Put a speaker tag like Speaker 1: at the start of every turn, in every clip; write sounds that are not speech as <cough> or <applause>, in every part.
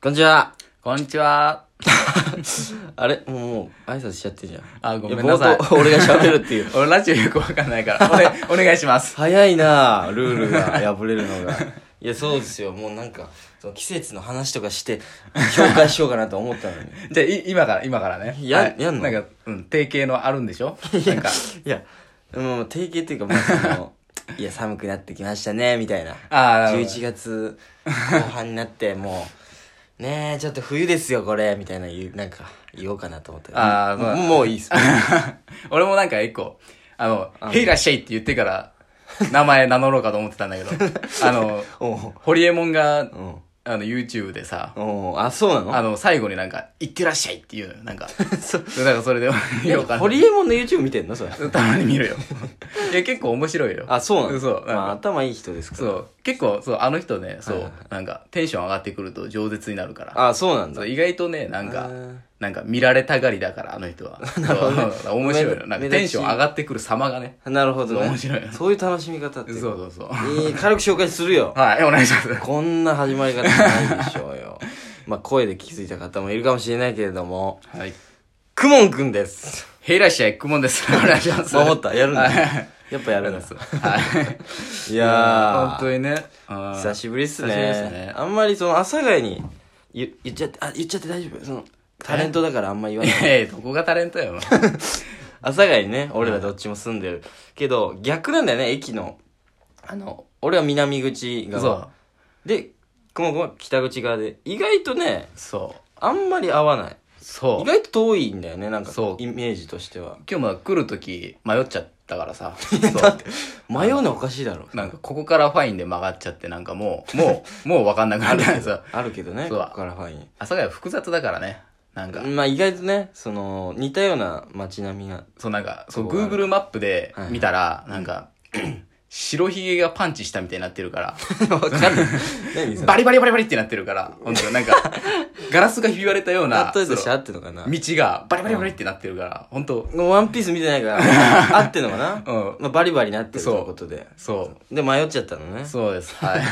Speaker 1: こんにちは。
Speaker 2: こんにちは。
Speaker 1: あれもう、挨拶しちゃってるじゃん。
Speaker 2: あごめんなさい
Speaker 1: や冒頭俺が喋るっていう。 <laughs>
Speaker 2: <laughs> 俺ラジオよくわかんない <laughs> から。お願いします。
Speaker 1: 早いなあルールが破れるのが。いや、そうですよ。もうなんか、その季節の話とかして、紹介しようかなと思ったのに。
Speaker 2: じゃあ、 <laughs> い今から、今からね。
Speaker 1: や
Speaker 2: はい
Speaker 1: やんの
Speaker 2: なんか、うん、定型のあるんでし <laughs> ょなんか、
Speaker 1: いや、もう定型っていうか、まあ、そ
Speaker 2: <laughs>
Speaker 1: の、いや、寒くなってきましたね、みたいな。
Speaker 2: あー
Speaker 1: 11月後半になって、もう、ねえ、ちょっと冬ですよ、これ、みたいな言う、なんか、言おうかなと思って。
Speaker 2: あー
Speaker 1: も
Speaker 2: まあ
Speaker 1: うもういいっ
Speaker 2: <laughs>
Speaker 1: す。
Speaker 2: 俺もなんか一個、あの、ヘイらっしゃいって言ってから、名前名乗ろうかと思ってたんだけど、 <laughs> あの、
Speaker 1: おう
Speaker 2: ホリエモンが、
Speaker 1: うん。
Speaker 2: あの、YouTube でさ、
Speaker 1: おうあ、そうなの
Speaker 2: あの、最後になんか、行ってらっしゃいっていうのよなんか、なんか <laughs> それで、ようかな
Speaker 1: ホリエモンの YouTube 見てんのそれ。
Speaker 2: たまに見るよ。いや、結構面白いよ。
Speaker 1: あ、そうなの
Speaker 2: そうなんか
Speaker 1: まあ、頭いい人ですか
Speaker 2: そ
Speaker 1: ら。
Speaker 2: う。結構、そう、あの人ね、そう、
Speaker 1: はいはい
Speaker 2: なんか、テンション上がってくると饒舌になるから。
Speaker 1: あ、そうなんだ
Speaker 2: そう。意外とね、なん
Speaker 1: あ
Speaker 2: か
Speaker 1: ー、
Speaker 2: なんか見られたがりだから、あ
Speaker 1: <laughs>
Speaker 2: の人は。なるほど、 <laughs> 面白いの。なん
Speaker 1: 目立
Speaker 2: か
Speaker 1: ち
Speaker 2: テンション上がってくる様がね。
Speaker 1: なるほどね。
Speaker 2: そう面白いよ
Speaker 1: そういう楽しみ方って
Speaker 2: そう
Speaker 1: いうか。
Speaker 2: そうそう。
Speaker 1: いい軽く紹介するよ。
Speaker 2: はい、お願いします。
Speaker 1: こんな始まり方ないでしょう <laughs> よ。まあ、声で気づいた方もいるかもしれないけれども、
Speaker 2: はい。
Speaker 1: くもんくんです。
Speaker 2: ヘイラシアエッグモンです。お願いします。
Speaker 1: 守った、やるんだ。
Speaker 2: はい
Speaker 1: やっぱやるんだ。
Speaker 2: はい。
Speaker 1: い
Speaker 2: い
Speaker 1: や
Speaker 2: 本当
Speaker 1: ー、
Speaker 2: にね。あー
Speaker 1: 久しぶりっす
Speaker 2: 久しぶりっす
Speaker 1: ね
Speaker 2: ね。
Speaker 1: あんまりその、阿佐ヶ谷に言言っちゃって、あ、言っちゃって大丈夫その、タレントだからあんま言わ
Speaker 2: い
Speaker 1: ない。
Speaker 2: やいや、どこがタレントやろ。
Speaker 1: 阿佐ヶ谷にね、俺らどっちも住んでる。けど、逆なんだよね、駅の。あの、俺は南口
Speaker 2: そ
Speaker 1: 側
Speaker 2: う。。
Speaker 1: で、くもくんは北口側で、意外とね、
Speaker 2: そう。
Speaker 1: あんまり合わない。
Speaker 2: そう
Speaker 1: 意。外と遠いんだよね、なんか
Speaker 2: そ、う
Speaker 1: イメージとしては。
Speaker 2: 今日も来るとき迷っちゃったからさ。そう
Speaker 1: 迷うのおかしいだろ。
Speaker 2: なんかここからファインで曲がっちゃってなんかもう、も <laughs> う、もう分かんなくなるやつ。阿
Speaker 1: あるけどね、
Speaker 2: そ
Speaker 1: こ
Speaker 2: う
Speaker 1: こからファイ
Speaker 2: 佐ヶ谷は複雑だからね。なんか、
Speaker 1: ン。まあ意外とね、その、似たような街並みが。 <laughs>
Speaker 2: そうなんか、そう、
Speaker 1: そこがある
Speaker 2: Google マップで
Speaker 1: はい
Speaker 2: 見たら、なんか、 <clears throat> 白ひげがパンチしたみたいになってるから、
Speaker 1: わかん
Speaker 2: <laughs>
Speaker 1: ない。何それ
Speaker 2: バリバリバリバリってなってるから、本当なんか、 <laughs> ガラスがひび割れたような、
Speaker 1: 例えとして
Speaker 2: そ
Speaker 1: 合
Speaker 2: の
Speaker 1: ってんのかな
Speaker 2: 道がバリバリバリってなってるから、本当
Speaker 1: ワンピース見てないから、合ってんのかな
Speaker 2: <laughs> うん
Speaker 1: まあバリバリなってる
Speaker 2: そう
Speaker 1: ということで。
Speaker 2: そ
Speaker 1: で、迷っちゃったのね
Speaker 2: う。。そうです。 <laughs> はい。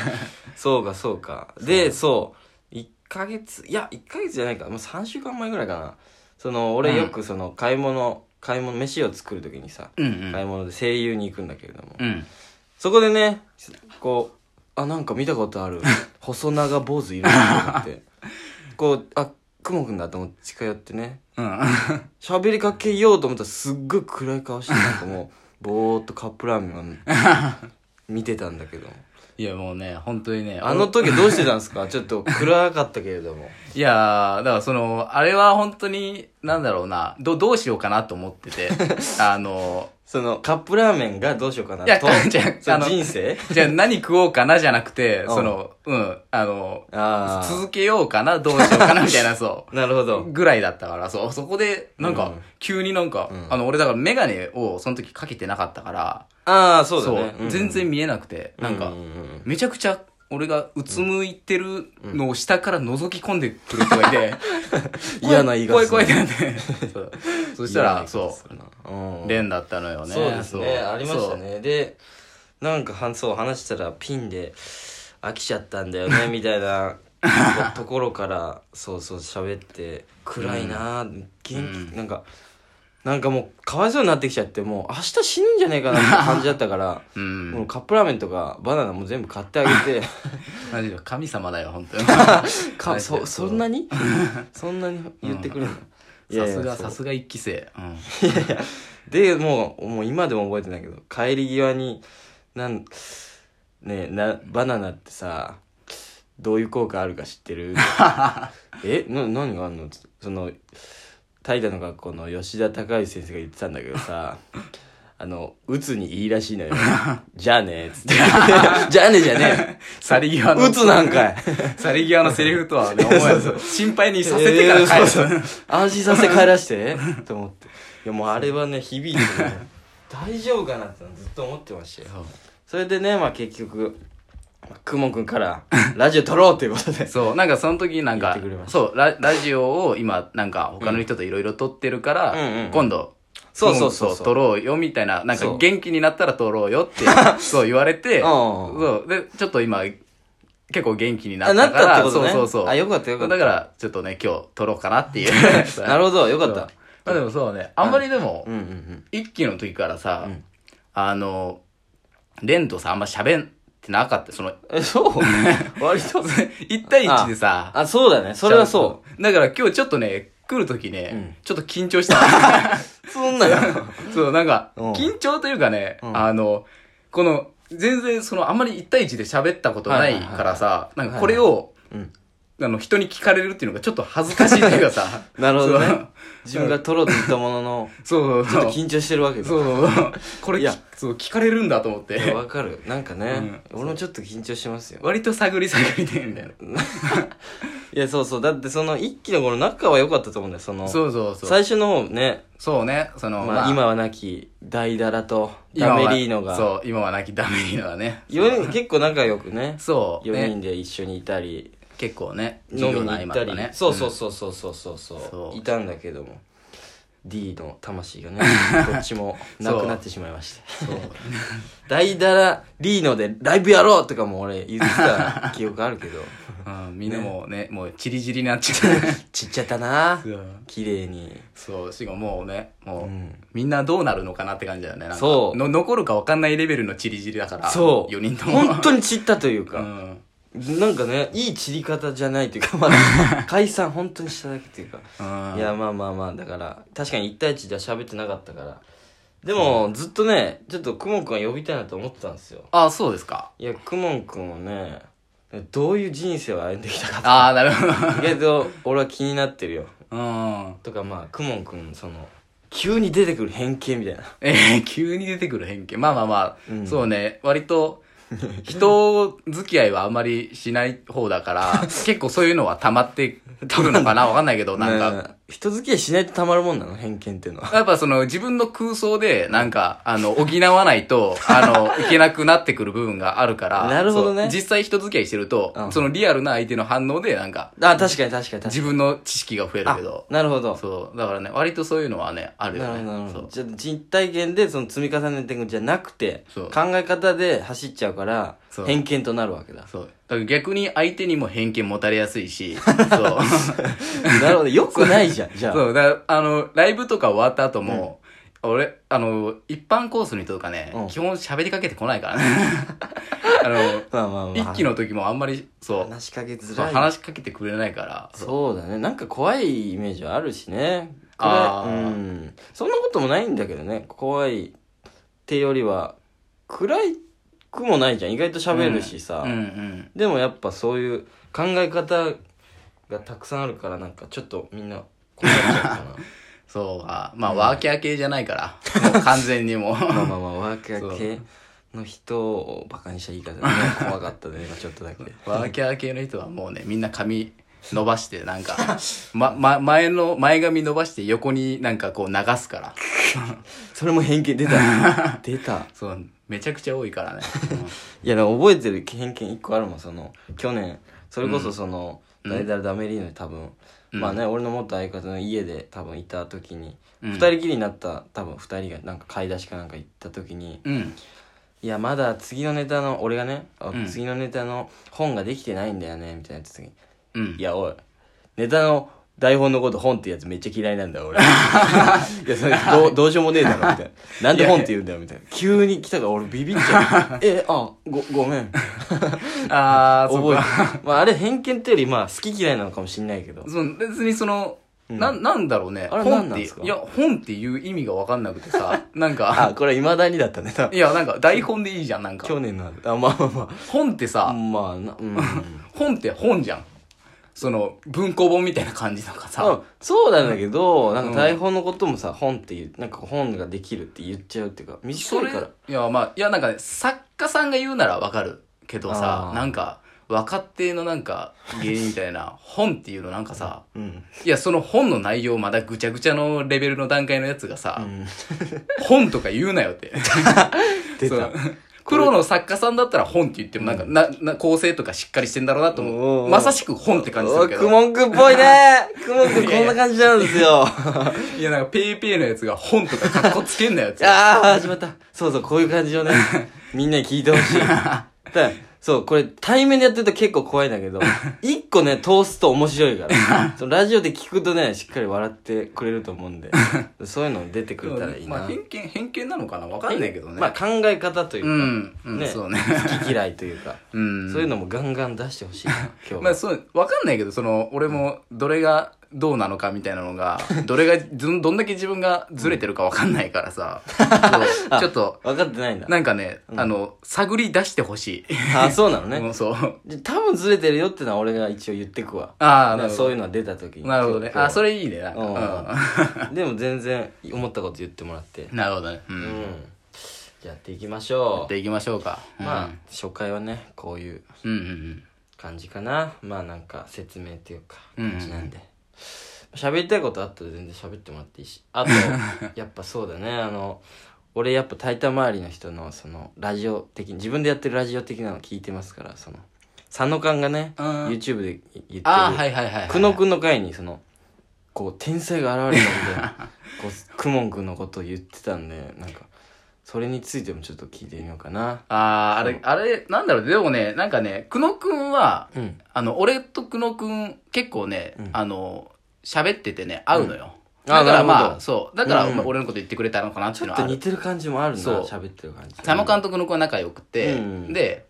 Speaker 1: そうか、そうか。で、そう。1ヶ月、いや、1ヶ月じゃないか。もう3週間前ぐらいかな。その、俺よくその、買い物、買い物、飯を作るときにさ、
Speaker 2: うん
Speaker 1: 買い物で声優に行くんだけれども。
Speaker 2: うん。うん。
Speaker 1: そこでね、こう、あ、なんか見たことあ
Speaker 2: <laughs>
Speaker 1: る。細長坊主いるなと思って。こう、あ、くもくんだと思って近寄ってね。
Speaker 2: うん。
Speaker 1: 喋りかけようと思ったらすっごい暗い顔して、なんかもう、ぼーっとカップラーメンを見てたんだけど。
Speaker 2: いやもうね、本当にね、
Speaker 1: あの時どうしてたんですかちょっと暗かったけれども。
Speaker 2: いやー、だからその、あれは本当に、なんだろうな、ど、どうしようかなと思っ
Speaker 1: <laughs>
Speaker 2: てて、あの、
Speaker 1: その、カップラーメンがどうしようかない
Speaker 2: や
Speaker 1: と。
Speaker 2: <laughs> じゃあ
Speaker 1: その
Speaker 2: あの
Speaker 1: 人生
Speaker 2: じゃあ何食おうかなじゃなくて、
Speaker 1: うん
Speaker 2: その、うん、あの、
Speaker 1: あ
Speaker 2: 続けようかな、どうしようかな、みた
Speaker 1: <laughs>
Speaker 2: いな、そ
Speaker 1: あ。なるほど
Speaker 2: う。。ぐらいだったから、そう、そこで、なん
Speaker 1: う
Speaker 2: か
Speaker 1: ん、
Speaker 2: 急になんか、
Speaker 1: ん
Speaker 2: あの、俺だからメガネをその時かけてなかったから、
Speaker 1: ああ、そうだね。うん
Speaker 2: 全然見えなくて、なんか
Speaker 1: う、ん
Speaker 2: めちゃくちゃ、俺がうつむいてるのを下から覗き込んでくる人がいて、
Speaker 1: <laughs> 嫌な言い方
Speaker 2: 怖い
Speaker 1: する
Speaker 2: 怖い怖いってなって。そうそしたら、そう。
Speaker 1: うん。
Speaker 2: 連だったのよね。
Speaker 1: そうですね。
Speaker 2: そう
Speaker 1: ありました。ね。で、なんか、はそう、話したらピンで飽きちゃったんだよ <laughs> ね、みたいなところから、そうそう、喋って、暗いな元気、
Speaker 2: うん
Speaker 1: なんか、なんかもう、かわいそうになってきちゃって、もう、明日死ぬんじゃねえかなって感じだったから、
Speaker 2: そうう
Speaker 1: <laughs>
Speaker 2: ん。
Speaker 1: もうカップラーメンとかバナナも全部買ってあ <laughs> げて、
Speaker 2: マジで神様だよ、本
Speaker 1: <laughs>
Speaker 2: 当に。
Speaker 1: かそ、そんな
Speaker 2: に
Speaker 1: <laughs> にそんなに言ってくれるのいや
Speaker 2: さ
Speaker 1: いや
Speaker 2: すが、
Speaker 1: そう
Speaker 2: さすが一期生。うん。
Speaker 1: でもうもう今でも覚えてないけど帰り際になんねえなバナナってさどういう効果あるか知ってるえな何があんのその怠惰の学校の吉田隆之先生が言ってたんだけどさあの「うつにいいらしいのよ」「じゃあね」っつって <laughs> 「じゃあね」じゃね
Speaker 2: 去り
Speaker 1: え
Speaker 2: 際の、
Speaker 1: うつなんかい
Speaker 2: 去り際のセリフとはね、思わ
Speaker 1: <laughs>
Speaker 2: ず、心配にさせて
Speaker 1: えー
Speaker 2: から帰
Speaker 1: そうそ
Speaker 2: る。
Speaker 1: う安心させて帰らしてと思っていやもうあれはね響いてね大丈夫かなってのはずっと思ってましたよそれでねまあ結局まあくもくんからラジオ撮ろうということで
Speaker 2: <laughs> そう、なんかその時なん
Speaker 1: 言っ
Speaker 2: か
Speaker 1: てくれま、した
Speaker 2: そう、ララジオを今、なんか他の人といろいろ撮ってるか
Speaker 1: うんうんう
Speaker 2: ら
Speaker 1: ん、
Speaker 2: 今度、
Speaker 1: そうそうそうそう
Speaker 2: 撮ろうよみたいな、なん
Speaker 1: そ
Speaker 2: か
Speaker 1: う <laughs>
Speaker 2: 元気になったら撮ろうよって、そう言われて、
Speaker 1: うんうん
Speaker 2: そう、で、ちょっと今、結構元気にな
Speaker 1: あ
Speaker 2: っ
Speaker 1: な
Speaker 2: た
Speaker 1: っ
Speaker 2: から
Speaker 1: たってことね
Speaker 2: そうそうそう
Speaker 1: あよかったよかった
Speaker 2: だからちょっとね今日撮ろうかなっていう
Speaker 1: <laughs> なるほどよかっ
Speaker 2: そう
Speaker 1: た
Speaker 2: まあでもそうねあんまりでも
Speaker 1: うんうんうん
Speaker 2: 一期の時からさ、
Speaker 1: うん
Speaker 2: あのレンとさあんま喋ってなかったその <laughs>
Speaker 1: えそう <laughs> 割と
Speaker 2: 一対一でさ
Speaker 1: あそうだねそれはそう
Speaker 2: だから今日ちょっとね来る時ね、
Speaker 1: うん
Speaker 2: ちょっと緊張した
Speaker 1: うそんなよ
Speaker 2: <laughs> そうなんか
Speaker 1: うん
Speaker 2: 緊張というかね、
Speaker 1: うん
Speaker 2: あのこの全然そのあんまり一対一で喋ったことないからさ、
Speaker 1: いはい
Speaker 2: なんかこれを、
Speaker 1: うん
Speaker 2: あの人に聞かれるっていうのがちょっと恥ずかしいというかさ
Speaker 1: <laughs> なるほどね自分が取ろうと言ったものの
Speaker 2: そう
Speaker 1: ちょ
Speaker 2: そ
Speaker 1: っ
Speaker 2: う
Speaker 1: と
Speaker 2: そう
Speaker 1: 緊張してるわけだ
Speaker 2: そうそうそうこれ
Speaker 1: いや
Speaker 2: きそう聞かれるんだと思っ
Speaker 1: いや
Speaker 2: て
Speaker 1: わかるなんかね俺もちょっと緊張しますよ
Speaker 2: 割と探り探りでみたいない
Speaker 1: やそうそうだってその一期の頃仲は良かったと思うんだよその
Speaker 2: そうそうそう
Speaker 1: 最初の方ね、
Speaker 2: そうねその、
Speaker 1: まあ、今は亡きダイダラとダメリーノ
Speaker 2: 今は
Speaker 1: が
Speaker 2: そう今は亡きダメリーノがね
Speaker 1: 四人結構仲良くね
Speaker 2: そう
Speaker 1: 4人
Speaker 2: ね
Speaker 1: で一緒にいたり、
Speaker 2: 結構ね
Speaker 1: 飲みに行ったり、
Speaker 2: ね
Speaker 1: そうそうそうそうそうそうそう
Speaker 2: そう
Speaker 1: いたんだけども D の魂が <laughs> ねどっちもなくなってしまいまして
Speaker 2: そう
Speaker 1: ダイダラリーノでライブやろうとかも俺言って <laughs> た記憶あるけど
Speaker 2: うんみんなもうねもうチリチリになっちゃう
Speaker 1: ちっちゃった <laughs> な
Speaker 2: そう
Speaker 1: 綺麗に
Speaker 2: そうしかももうねもう、
Speaker 1: うん
Speaker 2: みんなどうなるのかなって感じだよねなんか
Speaker 1: そう
Speaker 2: の残るか分かんないレベルのチリチリだから
Speaker 1: そう
Speaker 2: 4人とも
Speaker 1: 本当に散ったという
Speaker 2: う
Speaker 1: か、
Speaker 2: ん
Speaker 1: なんかねいい散り方じゃないというか、まだ解散本当にしただけというか、
Speaker 2: うん
Speaker 1: いやまあまあまあだから確かに1対1では喋ってなかったからでも、ずっとねちょっとくもんくんは呼びたいなと思ってたんですよ
Speaker 2: あそうですか
Speaker 1: いやくもんくんをねどういう人生を歩んできたか
Speaker 2: ああなるほど
Speaker 1: 意外と俺は気になってるよ
Speaker 2: うん
Speaker 1: とかまあくもんくんその急に出てくる偏見みたいな
Speaker 2: えー急に出てくる偏見まあまあまあ、
Speaker 1: うん
Speaker 2: そうね割と人付き合いはあんまりしない方だから
Speaker 1: <laughs>
Speaker 2: 結構そういうのは溜まってくるのかなわかんないけどなんか、
Speaker 1: ね人付き合いしないとたまるもんなの偏見っていうのは
Speaker 2: やっぱその自分の空想でなんかあの補わないと
Speaker 1: <laughs>
Speaker 2: あのいけなくなってくる部分があるから
Speaker 1: なるほどね
Speaker 2: そう実際人付き合いしてると、
Speaker 1: うん
Speaker 2: そのリアルな相手の反応でなんか
Speaker 1: あ確かに確かに確かに
Speaker 2: 自分の知識が増えるけど
Speaker 1: なるほど
Speaker 2: そうだからね割とそういうのはねあるよ
Speaker 1: なる
Speaker 2: ね
Speaker 1: ほどなるほ
Speaker 2: そ
Speaker 1: ど
Speaker 2: う
Speaker 1: じゃあ実体験でその積み重ねていくんじゃなくて
Speaker 2: そう
Speaker 1: 考え方で走っちゃうから
Speaker 2: そう
Speaker 1: 偏見となるわけだ
Speaker 2: そうだから逆に相手にも偏見持たれやす
Speaker 1: <laughs>
Speaker 2: いしそう
Speaker 1: なるほどよくない
Speaker 2: <laughs>
Speaker 1: じゃんじゃあ
Speaker 2: そう、だあの、ライブとか終わった後も、俺、あの、一般コースの人とかね、
Speaker 1: うん
Speaker 2: 基本喋りかけてこない
Speaker 1: <laughs>
Speaker 2: からね。あの、
Speaker 1: まあまあまあ
Speaker 2: 一期の時もあんまり、そう、
Speaker 1: 話しかけづ
Speaker 2: そう
Speaker 1: らいそう
Speaker 2: 話しかけてくれないから、そう
Speaker 1: だねなんか怖いイメージはあるしねこれ
Speaker 2: あ
Speaker 1: う
Speaker 2: ー
Speaker 1: んそんなこともないんだけどね怖いってよりは暗くもないじゃん意外と喋るしさ、
Speaker 2: うんうん。
Speaker 1: でもやっぱそういう考え方がたくさんあるからなんかちょっとみんな困っちゃうかな
Speaker 2: そうか。まあ、ワーキャー系じゃないから、
Speaker 1: <laughs>
Speaker 2: もう完全にもう。
Speaker 1: まあまあまあ、ワーキャー系の人をバカにした言い方ね、怖かったね、今ちょっとだけ。
Speaker 2: ワーキャー系の人はもうね、みんな髪伸ばして、なんか、 <laughs> ま、ま、前の、前髪伸ばして横になんかこう流すから。
Speaker 1: <laughs> それも偏見出 <laughs> た。出た。
Speaker 2: そう、めちゃくちゃ多いか
Speaker 1: <laughs>
Speaker 2: らね。
Speaker 1: いや、でも覚えてる偏見一個あるもん、その、去年、それこそその、ダイダルダメリーノに多分、まあね、俺の元相方の家で多分いた時に、
Speaker 2: うん
Speaker 1: 二人きりになった、多分二人がなんか買い出しかなんか行った時に、
Speaker 2: うん。うん。
Speaker 1: いや、まだ次のネタの、俺がね、あ
Speaker 2: うん
Speaker 1: 次のネタの本ができてないんだよね、みたいなやつ時に、
Speaker 2: うん
Speaker 1: い。や、おい、ネタの台本のこと本ってやつめっちゃ嫌いなんだ <laughs> よ、俺。いや、それどう、どうしようもねえだろ、みたいな。なんで本って言うんだよ、みたいな。急に来たから俺ビビっちゃう。え、あ、ご、ごめん。
Speaker 2: あー、そう
Speaker 1: 覚
Speaker 2: か。
Speaker 1: えて。まあ、あれ偏見ってより、まあ、好き嫌いなのかもしんないけど。
Speaker 2: そう別にその、な、なんだろうね。
Speaker 1: あれ
Speaker 2: 本
Speaker 1: 何
Speaker 2: っ
Speaker 1: なん
Speaker 2: て、い
Speaker 1: ですか
Speaker 2: や、本っていう意味がわかんなくてさ、なんか、
Speaker 1: あ、これ未だにだったね。多分
Speaker 2: いや、なんか台本でいいじゃん、なんか。
Speaker 1: 去年のあるあ、まあまあま
Speaker 2: 本って
Speaker 1: あ。
Speaker 2: さ、
Speaker 1: まあな、うん。
Speaker 2: 本って本じゃん。その、文庫本みたいな感じとか
Speaker 1: 多
Speaker 2: さ。
Speaker 1: 分そうなんだけど、なんか台本のこともさ、本っていう、なんか本ができるって言っちゃうっていうか、
Speaker 2: そ
Speaker 1: 短
Speaker 2: れ、
Speaker 1: いから。
Speaker 2: いや、まあ、いや、なんかね、作家さんが言うならわかるけど
Speaker 1: あ
Speaker 2: さ
Speaker 1: ー、
Speaker 2: なんか、若手のなんか、芸人みたいな、本っていうのなんかさ、
Speaker 1: うん。
Speaker 2: いや、その本の内容まだぐちゃぐちゃのレベルの段階のやつがさ、
Speaker 1: ん
Speaker 2: 本とか言うなよって。
Speaker 1: <laughs> 出
Speaker 2: そ
Speaker 1: た
Speaker 2: う。プロの作家さんだったら本って言ってもなんか、な、な、構成とかしっかりしてんだろうなと
Speaker 1: おうお
Speaker 2: 思
Speaker 1: う
Speaker 2: う。まさしく本って感じす
Speaker 1: お
Speaker 2: る
Speaker 1: い
Speaker 2: け
Speaker 1: く
Speaker 2: ど。
Speaker 1: もんくんっぽい
Speaker 2: <laughs>
Speaker 1: ねくもんくんこんな感じなんですよ。
Speaker 2: いや、なんかペイペイのやつが本とかカッコつけんなよって。 <laughs>
Speaker 1: ああ、始まった。そうそう、こういう感じをね、みんなに聞いてほしい。だからそう、これ対面でやってると結構怖いんだけど、一個ね、通すと面白い
Speaker 2: <laughs>
Speaker 1: から。そのラジオで聞くとね、しっかり笑ってくれると思うんで、そういうの出てくれたらいいな。
Speaker 2: まあ、偏見偏見なのかなわかんないけどね、
Speaker 1: まあ考え方という
Speaker 2: う
Speaker 1: か、
Speaker 2: ん、うん
Speaker 1: ね
Speaker 2: そうね <laughs>
Speaker 1: 好き嫌いというか、
Speaker 2: うん
Speaker 1: そういうのもガンガン出してほしいな、今日
Speaker 2: まあ
Speaker 1: は。
Speaker 2: そうわかんないけどその俺もどれがどうなのかみたいなの
Speaker 1: <laughs>
Speaker 2: がどれがずんどんだけ自分がずれてるかわかんないか
Speaker 1: <laughs>
Speaker 2: らさ、そうちょっと
Speaker 1: 分かってないんだ。
Speaker 2: なんかね、あの探り出してほしい
Speaker 1: あ、そうなの
Speaker 2: う <laughs>
Speaker 1: ね。
Speaker 2: んそう
Speaker 1: じゃ多分ずれてるよってのは俺が一応言ってくわ。
Speaker 2: ああ
Speaker 1: だからそういうのは出た時に。
Speaker 2: なるほどね。あ、そ
Speaker 1: れ。
Speaker 2: れいいね。なん <laughs> か
Speaker 1: うん
Speaker 2: う
Speaker 1: でも全然思ったこと言ってもらって。
Speaker 2: んなるほどね。う。
Speaker 1: うんん。やっていきまし
Speaker 2: や
Speaker 1: ょ
Speaker 2: っ
Speaker 1: う。
Speaker 2: ていきましょうか。
Speaker 1: まあ、初回はね、こういう
Speaker 2: うんうん
Speaker 1: 感じかな。まあなんか説明っていうか、
Speaker 2: うん
Speaker 1: 感じなんで。喋りたいことあったら全然喋ってもらっていいし。あと、
Speaker 2: <laughs>
Speaker 1: やっぱそうだね、あの、俺やっぱタイタ周りの人のそのラジオ的に自分でやってるラジオ的なの聞いてますからその佐野勘がね
Speaker 2: うん。うん。
Speaker 1: YouTube で言ってる
Speaker 2: あー、はいはいはいはい。
Speaker 1: 久野くんの回にそのこう天才が現れたみたい
Speaker 2: <laughs>
Speaker 1: なこうくもんくんのことを言ってたんでなんかそれについてもちょっと聞いてみようかな
Speaker 2: ああ、あれ、あれ、なんだろう、でもね、なんかね、久野くんは、
Speaker 1: うん
Speaker 2: あの、俺と久野くん、結構ね
Speaker 1: うん、
Speaker 2: あの、喋っててね、合うのよ。
Speaker 1: うんあー
Speaker 2: だから
Speaker 1: なるほ
Speaker 2: ま
Speaker 1: ど
Speaker 2: あ、そう。だから、
Speaker 1: うん
Speaker 2: まあ俺のこと言ってくれたのかなってい
Speaker 1: ち
Speaker 2: う
Speaker 1: ょ
Speaker 2: の
Speaker 1: っ
Speaker 2: はあ
Speaker 1: と
Speaker 2: る
Speaker 1: 似。てる感じもあるな
Speaker 2: そう
Speaker 1: 喋ってる感じ
Speaker 2: 佐野監
Speaker 1: 督
Speaker 2: 督の子は仲良くて、
Speaker 1: うん
Speaker 2: で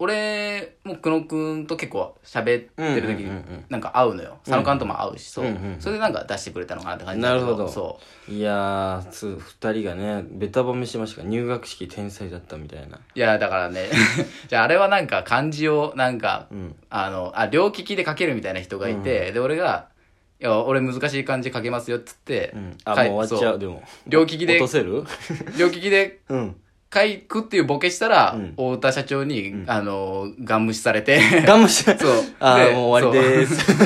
Speaker 2: 俺も久野君と結構喋ってる時
Speaker 1: うんうんうんう
Speaker 2: に
Speaker 1: ん
Speaker 2: なんか合うのよ、佐野君とも合うしそう、
Speaker 1: うんうんうん
Speaker 2: それでなんか出してくれたのかなって感じだけ
Speaker 1: なるほど
Speaker 2: そ
Speaker 1: いやーつ2人がねべた褒めしましたから入学式天才だったみたいな
Speaker 2: ういやだからね <laughs> じゃああれはなんか漢字をなんか、
Speaker 1: うん
Speaker 2: あのあ両利きで書けるみたいな人がいて、で俺が「いや俺難しい漢字書けますよ」っつって、
Speaker 1: うんあ
Speaker 2: 書い
Speaker 1: もう終わっちゃうでも
Speaker 2: 両利きで
Speaker 1: 落とせる
Speaker 2: そう両利きで
Speaker 1: うん
Speaker 2: 書くっていうボケしたら、
Speaker 1: うん
Speaker 2: 太田社長に、あのガン無視されて
Speaker 1: ガムシ
Speaker 2: そう
Speaker 1: あ
Speaker 2: で
Speaker 1: ーもう終わりでーす